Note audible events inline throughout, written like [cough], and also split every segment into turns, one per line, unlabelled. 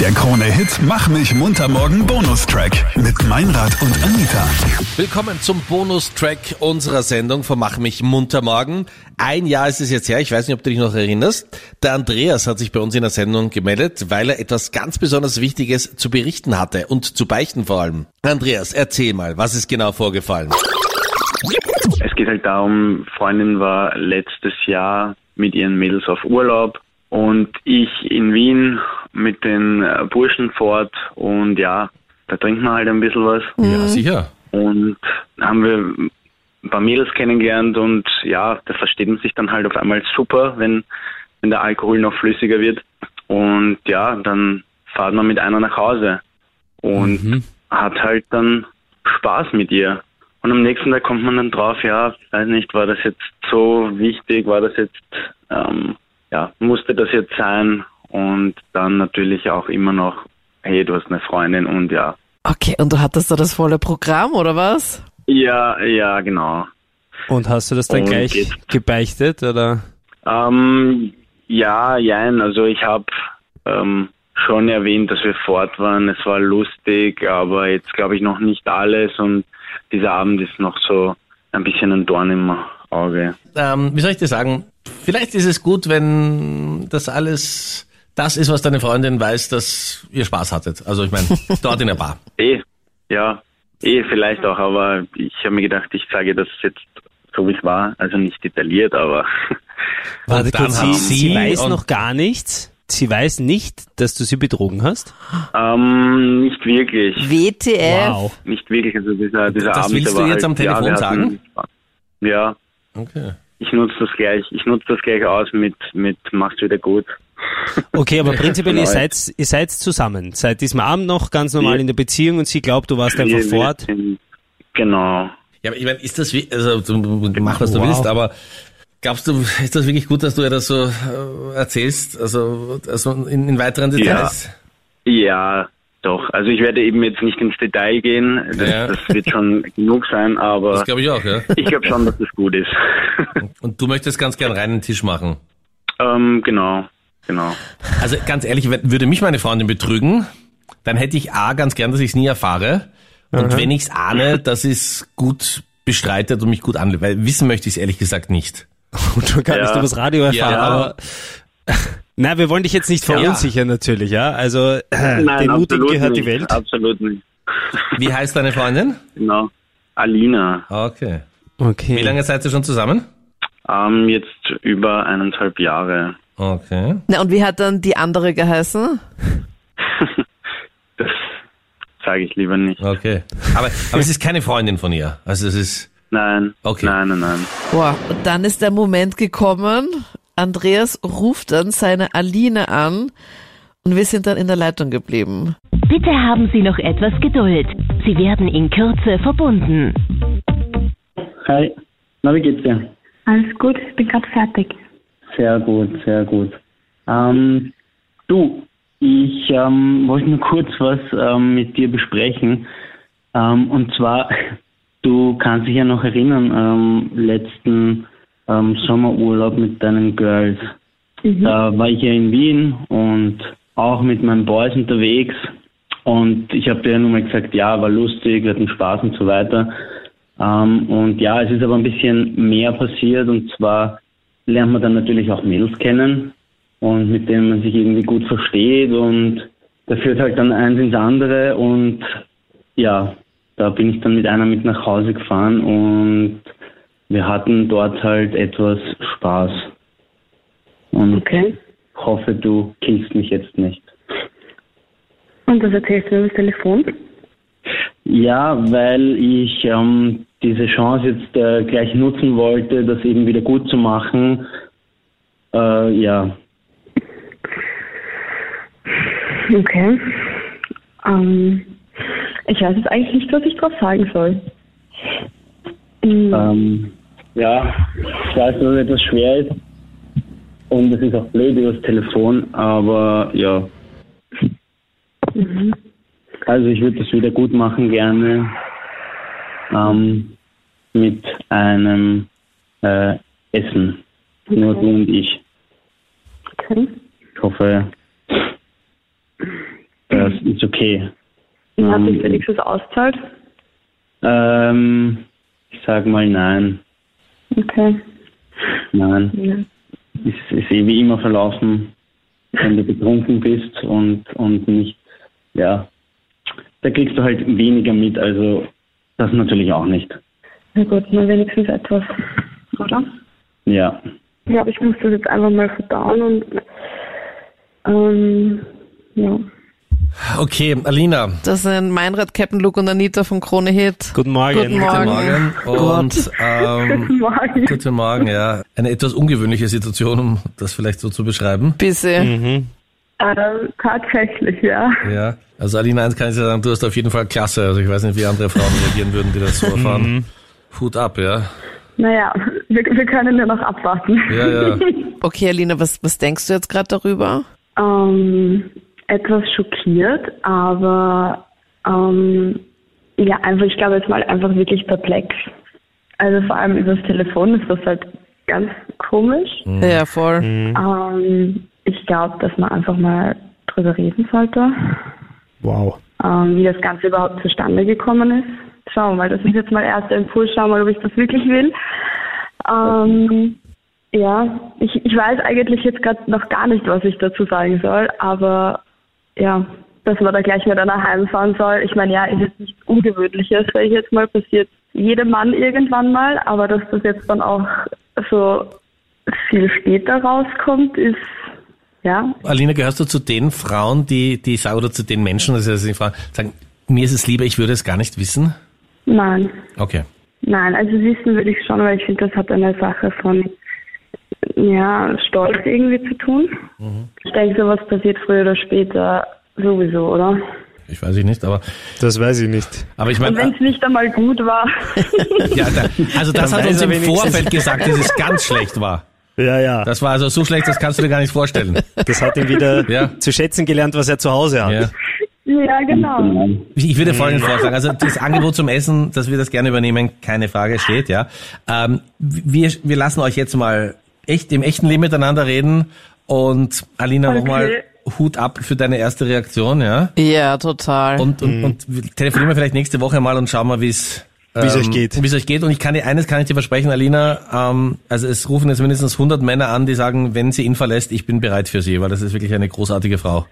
Der Krone-Hit Mach mich munter morgen Bonustrack mit Meinrad und Anita.
Willkommen zum Bonustrack unserer Sendung von Mach mich munter morgen. Ein Jahr ist es jetzt her, ich weiß nicht, ob du dich noch erinnerst. Der Andreas hat sich bei uns in der Sendung gemeldet, weil er etwas ganz besonders Wichtiges zu berichten hatte und zu beichten vor allem. Andreas, erzähl mal, was ist genau vorgefallen?
Es geht halt darum, Freundin war letztes Jahr mit ihren Mädels auf Urlaub und ich in Wien mit den äh, Burschen fort und ja, da trinkt man halt ein bisschen was
Ja, sicher.
und haben wir ein paar Mädels kennengelernt und ja, da versteht man sich dann halt auf einmal super, wenn, wenn der Alkohol noch flüssiger wird und ja, dann fahrt man mit einer nach Hause und hat halt dann Spaß mit ihr. Und am nächsten Tag kommt man dann drauf, ja, weiß nicht, war das jetzt so wichtig, war das jetzt, ähm, ja, musste das jetzt sein? Und dann natürlich auch immer noch, hey, du hast eine Freundin und ja.
Okay, und du hattest da das volle Programm, oder was?
Ja, ja, genau.
Und hast du das dann
Und
gleich
jetzt-
gebeichtet oder?
Ähm, ja, jein. Also ich habe ähm, schon erwähnt, dass wir fort waren. Es war lustig, aber jetzt glaube ich noch nicht alles und dieser Abend ist noch so ein bisschen ein Dorn im Auge.
Ähm, wie soll ich dir sagen? Vielleicht ist es gut, wenn das alles das ist, was deine Freundin weiß, dass ihr Spaß hattet. Also ich meine, [laughs] dort in der Bar.
Eh, ja, eh vielleicht auch, aber ich habe mir gedacht, ich sage das jetzt so wie es war, also nicht detailliert, aber [laughs]
Warte dann kurz,
sie,
haben
sie,
sie
weiß
und-
noch gar nichts. Sie weiß nicht, dass du sie betrogen hast.
ähm, nicht wirklich,
WTF?
nicht wirklich. Also dieser, dieser
Das
Abend
willst
der
du
war
jetzt
halt,
am Telefon
ja, wir hatten- Ja,
Okay.
ich nutze das gleich, ich nutze das gleich aus mit, mit mach's wieder gut.
Okay, aber prinzipiell, ihr
Genau.
seid, ihr seid zusammen. Seit diesem Abend noch ganz normal
Wir-
in der Beziehung und sie glaubt, du warst einfach
Wir- wir
fort.
sind- Genau.
Ja, aber ich meine, ist das wie, also du- du- mach was du
Wow.
willst, aber glaubst du, ist das wirklich gut, dass du ihr das so äh, erzählst? Also, also in, in weiteren Details?
Ja, doch. Also ich werde eben jetzt nicht ins Detail gehen. Das,
Ja.
das
[laughs]
wird schon genug sein, aber
Das glaube ich auch, ja.
ich glaube schon, dass es gut ist. [laughs]
Und du möchtest ganz gern reinen Tisch machen.
ähm, genau, genau.
Also ganz ehrlich, wenn- würde mich meine Freundin betrügen, dann hätte ich A ganz gern, dass ich es nie erfahre. Und wenn ich es ahne, dass es gut bestreitet und mich gut anlegt. Weil wissen möchte ich es ehrlich gesagt nicht.
Und schon gar
Ja.
nicht übers Radio erfahren,
Ja.
aber. [laughs] Na, wir wollen dich jetzt nicht verunsichern, natürlich, ja. Also, äh, den Mutigen
absolut
gehört
nicht.
die Welt.
Absolut nicht.
Wie heißt deine Freundin?
Genau. Alina,
Okay.
Okay.
Wie lange seid ihr schon zusammen?
ähm, jetzt über eineinhalb Jahre.
Okay.
Na, und wie hat dann die andere geheißen?
Das sage ich lieber nicht.
Okay. Aber, aber es ist keine Freundin von ihr. Also es ist.
Nein,
Okay.
nein, nein, nein.
Boah, und dann ist der Moment gekommen. Andreas ruft dann seine Aline an und wir sind dann in der Leitung geblieben.
Bitte haben Sie noch etwas Geduld. Sie werden in Kürze verbunden.
Hi, na wie geht's dir?
Alles gut, ich bin gerade fertig.
Sehr gut, sehr gut. Ähm, du, ich ähm, wollte nur kurz was ähm, mit dir besprechen. Ähm, und zwar, [laughs] du kannst dich ja noch erinnern, ähm, letzten ähm, Sommerurlaub mit deinen Girls. Da war ich ja in Wien und auch mit meinen Boys unterwegs. Und ich habe dir ja nur mal gesagt, ja, war lustig, wir hatten Spaß und so weiter. Ähm, und ja, es ist aber ein bisschen mehr passiert und zwar lernt man dann natürlich auch Mädels kennen und mit denen man sich irgendwie gut versteht und da führt halt dann eins ins andere und ja, da bin ich dann mit einer mit nach Hause gefahren und wir hatten dort halt etwas Spaß. Und
Okay.
hoffe, du killst mich jetzt nicht.
Und das erzählst du mir übers Telefon? [laughs]
Ja, weil ich ähm, diese Chance jetzt äh, gleich nutzen wollte, das eben wieder gut zu machen. Äh, ja,
Okay. Ähm, ich weiß jetzt eigentlich nicht, was ich drauf sagen soll. Mhm.
ähm, ja, ich weiß, dass es etwas schwer ist und es ist auch blöd übers Telefon, aber ja. Also ich würde das wieder gut machen gerne ähm, mit einem äh, Essen. Nur du und ich.
Okay.
Ich hoffe, ist okay.
Und hat
Ähm,
sich wenigstens auszahlt?
Ähm, ich sag mal nein.
Okay.
Nein.
Ja.
Es ist eh wie immer verlaufen, wenn du betrunken bist und, und nicht, ja. Da kriegst du halt weniger mit, also das natürlich auch nicht.
Na gut, nur wenigstens etwas, oder?
Ja.
Ja, aber ich muss das jetzt einfach mal verdauen und ähm, [laughs] ja.
Okay, Alina,
Das sind Meinrad, Captain Luke und Anita von Krone Hit.
Guten Morgen.
Guten Morgen.
guten Morgen. Und ähm,
Guten Morgen.
guten Morgen, ja. Eine etwas ungewöhnliche Situation, um das vielleicht so zu beschreiben.
Busy.
Ähm, tatsächlich, ja.
Ja. Also Alina, eins kann ich dir sagen, du hast auf jeden Fall klasse. Also ich weiß nicht, wie andere Frauen reagieren würden, die das so
Mhm.
erfahren. Hut ab, ja.
Naja, wir, wir können nur noch abwarten.
Ja, ja.
Okay, Alina, was, was denkst du jetzt gerade darüber?
[laughs] Ähm, etwas schockiert, aber ähm, ja, einfach, ich glaube jetzt mal einfach wirklich perplex. Also vor allem übers Telefon ist das halt ganz komisch.
Ja, voll.
Ähm, ich glaube, dass man einfach mal drüber reden sollte,
Wow.
ähm, wie das Ganze überhaupt zustande gekommen ist. Schauen wir mal, das ist jetzt mein erster Impuls, schauen wir mal, ob ich das wirklich will. Ähm, ja, ich, ich weiß eigentlich jetzt gerade noch gar nicht, was ich dazu sagen soll, aber ja, dass man da gleich wieder nach Hause fahren soll. Ich meine, ja, ist jetzt nichts Ungewöhnliches, sag ich jetzt mal, passiert jedem Mann irgendwann mal, aber dass das jetzt dann auch so viel später rauskommt, ist ja,
Alina, gehörst du zu den Frauen, die, die sagen, oder zu den Menschen, das ist jetzt die Frage, sagen, mir ist es lieber, ich würde es gar nicht wissen?
nein.
Okay.
Nein, also wissen würde ich schon, weil ich finde, das hat eine Sache von ja, Stolz irgendwie zu tun.
Mhm.
Ich denke, sowas passiert früher oder später sowieso, oder?
Ich weiß ich nicht, aber,
Das weiß ich nicht.
aber ich
Und wenn
meine,
es nicht einmal gut
[laughs]
war,
ja, da, also das
Dann
hat
weiß
uns
er
im
wenigstens.
Vorfeld gesagt, dass es ganz schlecht war.
Ja, ja. Das,
Das war also so schlecht, das kannst du dir gar nicht vorstellen.
hat ihn wieder
Ja.
zu schätzen gelernt, was er zu Hause hat.
Ja.
ja genau.
[laughs]
Nein.
Ich würde folgendes vorschlagen. Also das Angebot zum Essen, dass wir das gerne übernehmen, keine Frage, steht, ja. Ähm, wir, wir lassen euch jetzt mal echt im echten Leben miteinander reden. Und Alina,
Okay.
nochmal Hut ab für deine erste Reaktion, ja.
Ja, total.
Und, und, und wir telefonieren wir vielleicht nächste Woche mal und schauen mal, wie es
Wie's euch geht.
Wie es euch geht. Und ich kann dir eines kann ich dir versprechen, Alina. Ähm, also es rufen jetzt mindestens 100 Männer an, die sagen, wenn sie ihn verlässt, ich bin bereit für sie, weil das ist wirklich eine großartige Frau.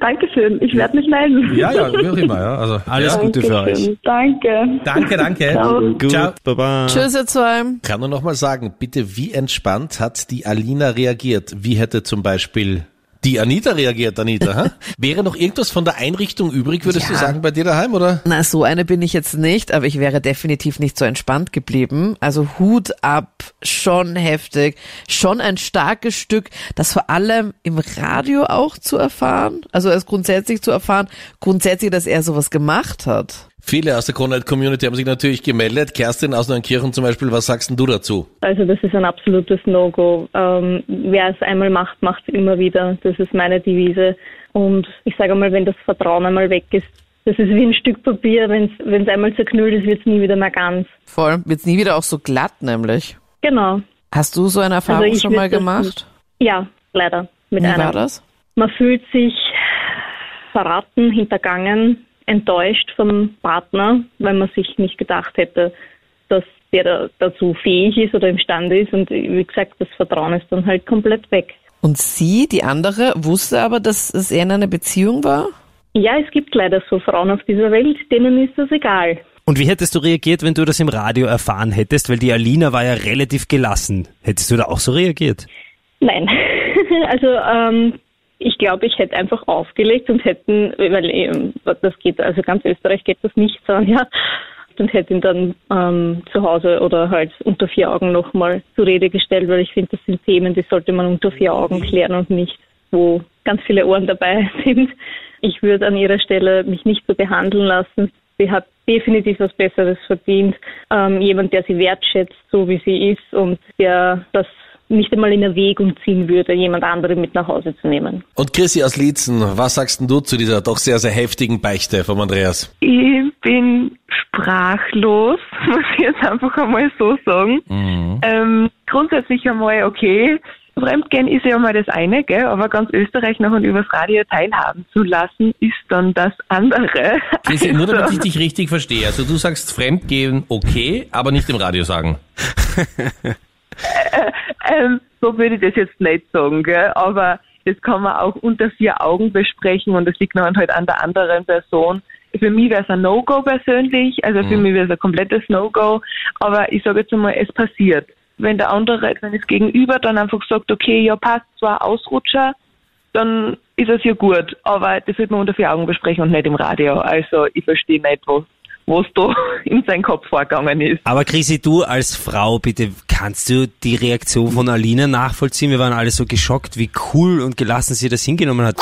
Dankeschön, ich werde mich melden.
Ja, ja, wie auch immer. Ja. Also
Alles
ja.
Gute für euch.
Danke.
Danke, danke.
Gut,
Ciao.
baba.
Tschüss, ihr zwei.
Kann nur noch mal sagen, bitte, wie entspannt hat die Alina reagiert? Wie hätte zum Beispiel die Anita reagiert, Anita? [laughs] hä? Wäre noch irgendwas von der Einrichtung übrig, würdest du sagen, bei dir daheim, oder?
Na, so eine bin ich jetzt nicht, aber ich wäre definitiv nicht so entspannt geblieben. Also Hut ab, schon heftig, schon ein starkes Stück, das vor allem im Radio auch zu erfahren, also erst grundsätzlich zu erfahren, grundsätzlich, dass er sowas gemacht hat.
Viele aus der Kronheit-Community haben sich natürlich gemeldet. Kerstin aus Neunkirchen zum Beispiel, was sagst denn du dazu?
Also das ist ein absolutes No-Go. Ähm, wer es einmal macht, macht es immer wieder. Das ist meine Devise. Und ich sage mal, wenn das Vertrauen einmal weg ist, das ist wie ein Stück Papier. Wenn es einmal zerknüllt ist, wird es nie wieder mehr ganz.
Voll, wird's nie wieder auch so glatt nämlich.
Genau.
Hast du so eine Erfahrung
Also ich
schon mal
würd das
gemacht?
nicht Ja, leider. Mit
Wie
einem.
war das?
Man fühlt sich verraten, hintergangen, enttäuscht vom Partner, weil man sich nicht gedacht hätte, dass der da- dazu fähig ist oder imstande ist. Und wie gesagt, das Vertrauen ist dann halt komplett weg.
Und sie, die andere, wusste aber, dass es eher in einer Beziehung war?
Ja, es gibt leider so Frauen auf dieser Welt, denen ist das egal.
Und wie hättest du reagiert, wenn du das im Radio erfahren hättest? Weil die Alina war ja relativ gelassen. Hättest du da auch so reagiert?
Nein. [laughs] also ähm, ich glaube, ich hätte einfach aufgelegt und hätten, weil ähm, das geht, also ganz Österreich geht das nicht, sondern ja, und hätte ihn dann ähm, zu Hause oder halt unter vier Augen nochmal zur Rede gestellt, weil ich finde, das sind Themen, die sollte man unter vier Augen klären und nicht, wo ganz viele Ohren dabei [laughs] sind. Ich würde an ihrer Stelle mich nicht so behandeln lassen. Sie hat definitiv was Besseres verdient. Ähm, jemand, der sie wertschätzt, so wie sie ist und der das nicht einmal in Erwägung ziehen würde, jemand anderen mit nach Hause zu nehmen.
Und Chrissy aus Lietzen, was sagst denn du zu dieser doch sehr, sehr heftigen Beichte vom Andreas?
Ich bin sprachlos, [laughs]
Mhm.
muss ich jetzt einfach einmal so sagen. Ähm, grundsätzlich einmal okay, Fremdgehen ist ja mal das eine, gell? aber ganz Österreich noch und übers Radio teilhaben zu lassen, ist dann das andere.
Chrissy, nur damit ich dich richtig verstehe. Also du sagst Fremdgehen okay, aber nicht im Radio sagen.
Ähm, so würde ich das jetzt nicht sagen, gell? aber das kann man auch unter vier Augen besprechen und das liegt dann halt an der anderen Person. Für mich wäre es ein No-Go persönlich, also für
Mhm.
mich wäre es ein komplettes No-Go, aber ich sage jetzt einmal, es passiert. Wenn der andere, wenn das Gegenüber dann einfach sagt, okay, ja passt, zwar Ausrutscher, dann ist es ja gut, aber das wird man unter vier Augen besprechen und nicht im Radio. Also ich verstehe nicht, was, was da [laughs] in seinem Kopf vorgegangen ist.
Aber Chrissy, du als Frau, bitte, kannst du die Reaktion von Alina nachvollziehen? Wir waren alle so geschockt, wie cool und gelassen sie das hingenommen hat.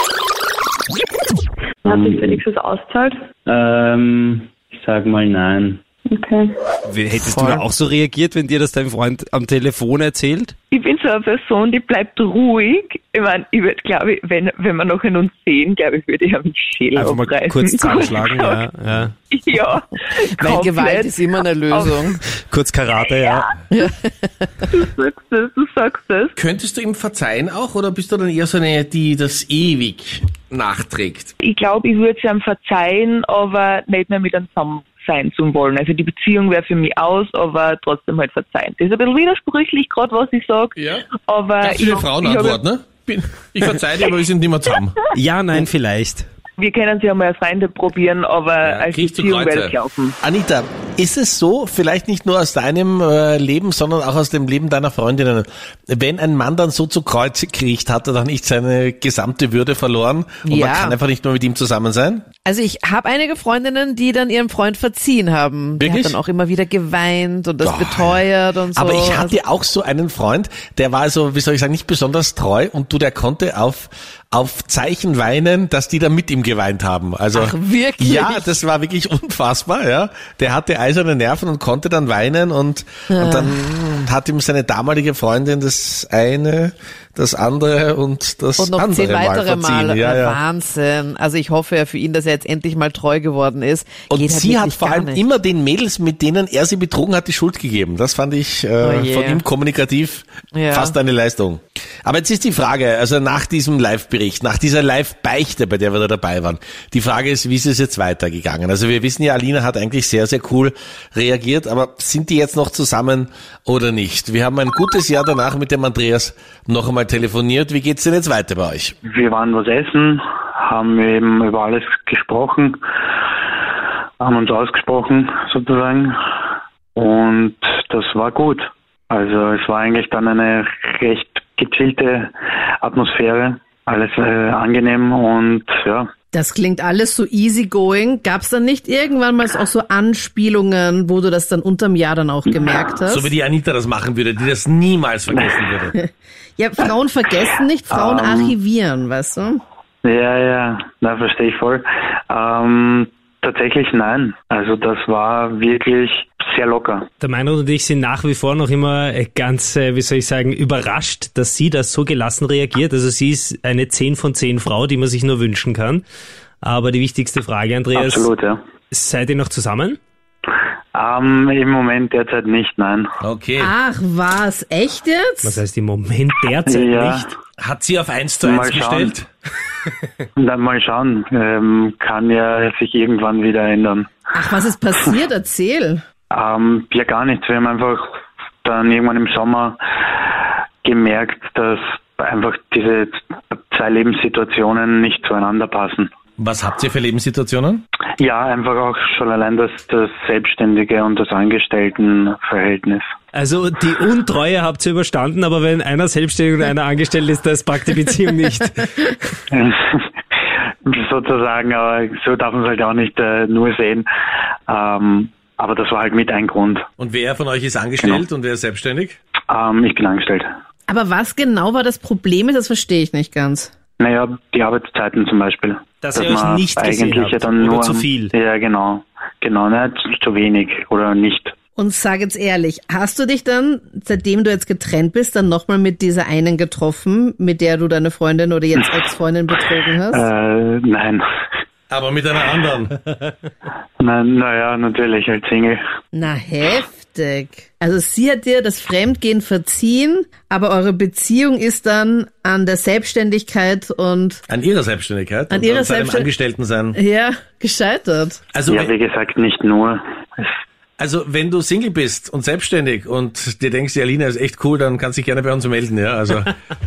Hat sich wenigstens auszahlt?
Ähm, ich sag mal nein.
Okay.
Wie, hättest
Voll.
du da auch so reagiert, wenn dir das dein Freund am Telefon erzählt?
ich bin so eine Person, die bleibt ruhig. Ich meine, ich würde, glaube ich, wenn, wenn wir noch in uns sehen, glaube ich, würde ich ja mich Schädel
Einfach mal
abreißen. [laughs]
kurz zusammenschlagen, ja, ja.
Ja,
Weil
komplett.
Gewalt ist immer eine Lösung.
Kurz Karate, ja.
Du sagst es, du sagst es.
Könntest du ihm verzeihen auch oder bist du dann eher so eine, die das ewig nachträgt?
Ich glaube, ich würde es ihm verzeihen, aber nicht mehr mit einem zusammen sein zu wollen. Also die Beziehung wäre für mich aus, aber trotzdem halt verzeihen. Das ist ein bisschen widersprüchlich, gerade was ich sage.
Ja.
Aber Äh, ich,
Klassische Frauenantwort, ne? Bin- Ich verzeihe dir, aber wir sind nicht mehr zusammen.
Ja, nein, vielleicht.
wir können es ja mal als Freunde probieren, aber als
Kriegst du
Beziehung wäre
Kreuze.
das laufen.
Anita, ist es so, vielleicht nicht nur aus deinem äh, Leben, sondern auch aus dem Leben deiner Freundinnen, wenn ein Mann dann so zu Kreuz kriecht, hat er dann nicht seine gesamte Würde verloren und
Ja.
man kann einfach nicht mehr mit ihm zusammen sein?
Also ich habe einige Freundinnen, die dann ihrem Freund verziehen haben. Die
Wirklich?
hat dann auch immer wieder geweint und das
Boah.
beteuert und so.
Aber
Also,
ich hatte auch so einen Freund, der war also, wie soll ich sagen, nicht besonders treu und du, der konnte auf, auf Zeichen weinen, dass die da mit ihm geweint haben. Also,
Ach, wirklich?
Ja, das war wirklich [laughs] unfassbar, ja. Der hatte eiserne Nerven und konnte dann weinen und, und dann hat ihm seine damalige Freundin das eine, das andere und das
und noch
andere
zehn weitere
mal verziehen.
Mal.
Ja, ja.
Wahnsinn. Also ich hoffe ja für ihn, dass er jetzt endlich mal treu geworden ist.
Und
Geht halt
sie hat
wirklich
vor
gar
allem
nicht.
immer den Mädels, mit denen er sie betrogen hat, die Schuld gegeben. Das fand ich äh,
Oh je.
von ihm kommunikativ
Ja.
fast eine Leistung. Aber jetzt ist die Frage, also nach diesem Live-Bericht, nach dieser Live-Beichte, bei der wir da dabei waren, die Frage ist, wie ist es jetzt weitergegangen? Also wir wissen ja, Alina hat eigentlich sehr, sehr cool reagiert, aber sind die jetzt noch zusammen oder nicht? Wir haben ein gutes Jahr danach mit dem Andreas noch einmal telefoniert. Wie geht's denn jetzt weiter bei euch?
Wir waren was essen, haben eben über alles gesprochen, haben uns ausgesprochen sozusagen und das war gut. Also es war eigentlich dann eine recht gechillte Atmosphäre, alles äh, angenehm und ja,
Das klingt alles so easygoing. Gab es dann nicht irgendwann mal auch so Anspielungen, wo du das dann unterm Jahr dann auch gemerkt hast?
So wie die Anita das machen würde, die das niemals vergessen würde. [laughs]
ja, Frauen vergessen nicht, Frauen
Ähm.
archivieren, weißt du?
Ja, ja, da verstehe ich voll. Ähm, tatsächlich nein. Also das war wirklich sehr locker.
Der Meinrad und ich sind nach wie vor noch immer äh, ganz, äh, wie soll ich sagen, überrascht, dass sie das so gelassen reagiert. Also sie ist eine 10 von 10 Frau, die man sich nur wünschen kann. Aber die wichtigste Frage, Andreas,
Absolut, ja.
seid ihr noch zusammen?
Ähm, Im Moment derzeit nicht, nein.
Okay.
Ach was, echt
Was
jetzt?
heißt im Moment derzeit
Ja.
nicht?
Hat sie auf eins zu
Mal
eins
schauen.
gestellt?
Dann mal schauen. Ähm, kann ja sich irgendwann wieder ändern.
Ach, was ist passiert? Erzähl.
Ähm, ja, gar nichts. Wir haben einfach dann irgendwann im Sommer gemerkt, dass einfach diese zwei Lebenssituationen nicht zueinander passen.
Was habt ihr für Lebenssituationen?
Ja, einfach auch schon allein das, das Selbstständige und das Angestelltenverhältnis. [laughs]
Also die Untreue habt ihr überstanden, aber wenn einer selbstständig und einer angestellt ist, das packt die Beziehung [laughs] nicht.
sozusagen, aber so darf man es halt auch nicht äh, nur sehen. Ähm, aber das war halt mit ein Grund.
Und wer von euch ist angestellt und wer ist selbstständig?
Ähm, ich bin angestellt.
Aber was genau war das Problem? Das verstehe ich nicht ganz.
Naja, die Arbeitszeiten zum Beispiel.
Dass ihr euch
man
nicht gesehen
eigentlich ja
habt
dann
oder
nur,
zu viel.
Ja, genau. Genau, ne, zu, zu wenig oder nicht.
Und sag jetzt ehrlich, hast du dich dann, seitdem du jetzt getrennt bist, dann nochmal mit dieser einen getroffen, mit der du deine Freundin oder jetzt Ex-Freundin betrogen hast?
Äh, nein. [laughs]
Aber mit einer anderen.
Na, naja, natürlich, als Single.
Na, heftig. Also sie hat dir das Fremdgehen verziehen, aber eure Beziehung ist dann an der Selbstständigkeit und
An ihrer Selbstständigkeit.
An
und
ihrer
an seinem
Selbstständig-
Angestellten sein.
ja, gescheitert.
Also,
ja, wie gesagt, nicht nur.
Also wenn du Single bist und selbstständig und dir denkst, die Alina ist echt cool, dann kannst du dich gerne bei uns melden, ja.
[laughs]
Also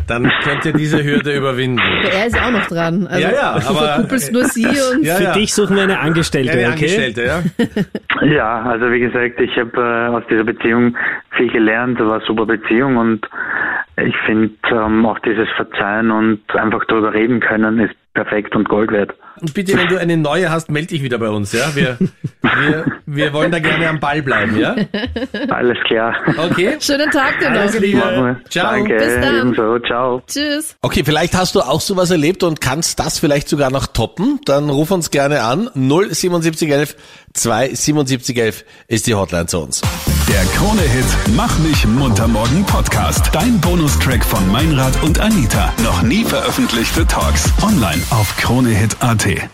dann könnt ihr diese Hürde überwinden.
Aber er ist ja auch noch dran. Also
Ja, ja,
du
aber-
verkuppelst nur sie
[laughs]
und
Ja, ja.
Für dich suchen wir eine Angestellte,
Eine
okay?
Angestellte, ja.
Ja, also wie gesagt, ich habe äh, aus dieser Beziehung viel gelernt, war eine super Beziehung und ich finde ähm, auch dieses Verzeihen und einfach drüber reden können ist perfekt und
[laughs]
Gold wert.
Und bitte, wenn du eine neue hast, melde dich wieder bei uns, ja. Wir, wir, wir wollen da gerne am Ball bleiben, ja.
Alles klar.
Okay.
Schönen Tag dir
Alles
noch.
Liebe. Ciao.
Danke,
Bis dann.
ebenso. Ciao.
Tschüss.
Okay, vielleicht hast du auch sowas erlebt und kannst das vielleicht sogar noch toppen. Dann ruf uns gerne an. 07711 27711 ist die Hotline zu uns.
Der Krone-Hit Mach mich munter morgen Podcast. Dein Bonustrack von Meinrad und Anita. Noch nie veröffentlichte Talks. Online auf kronehit.at.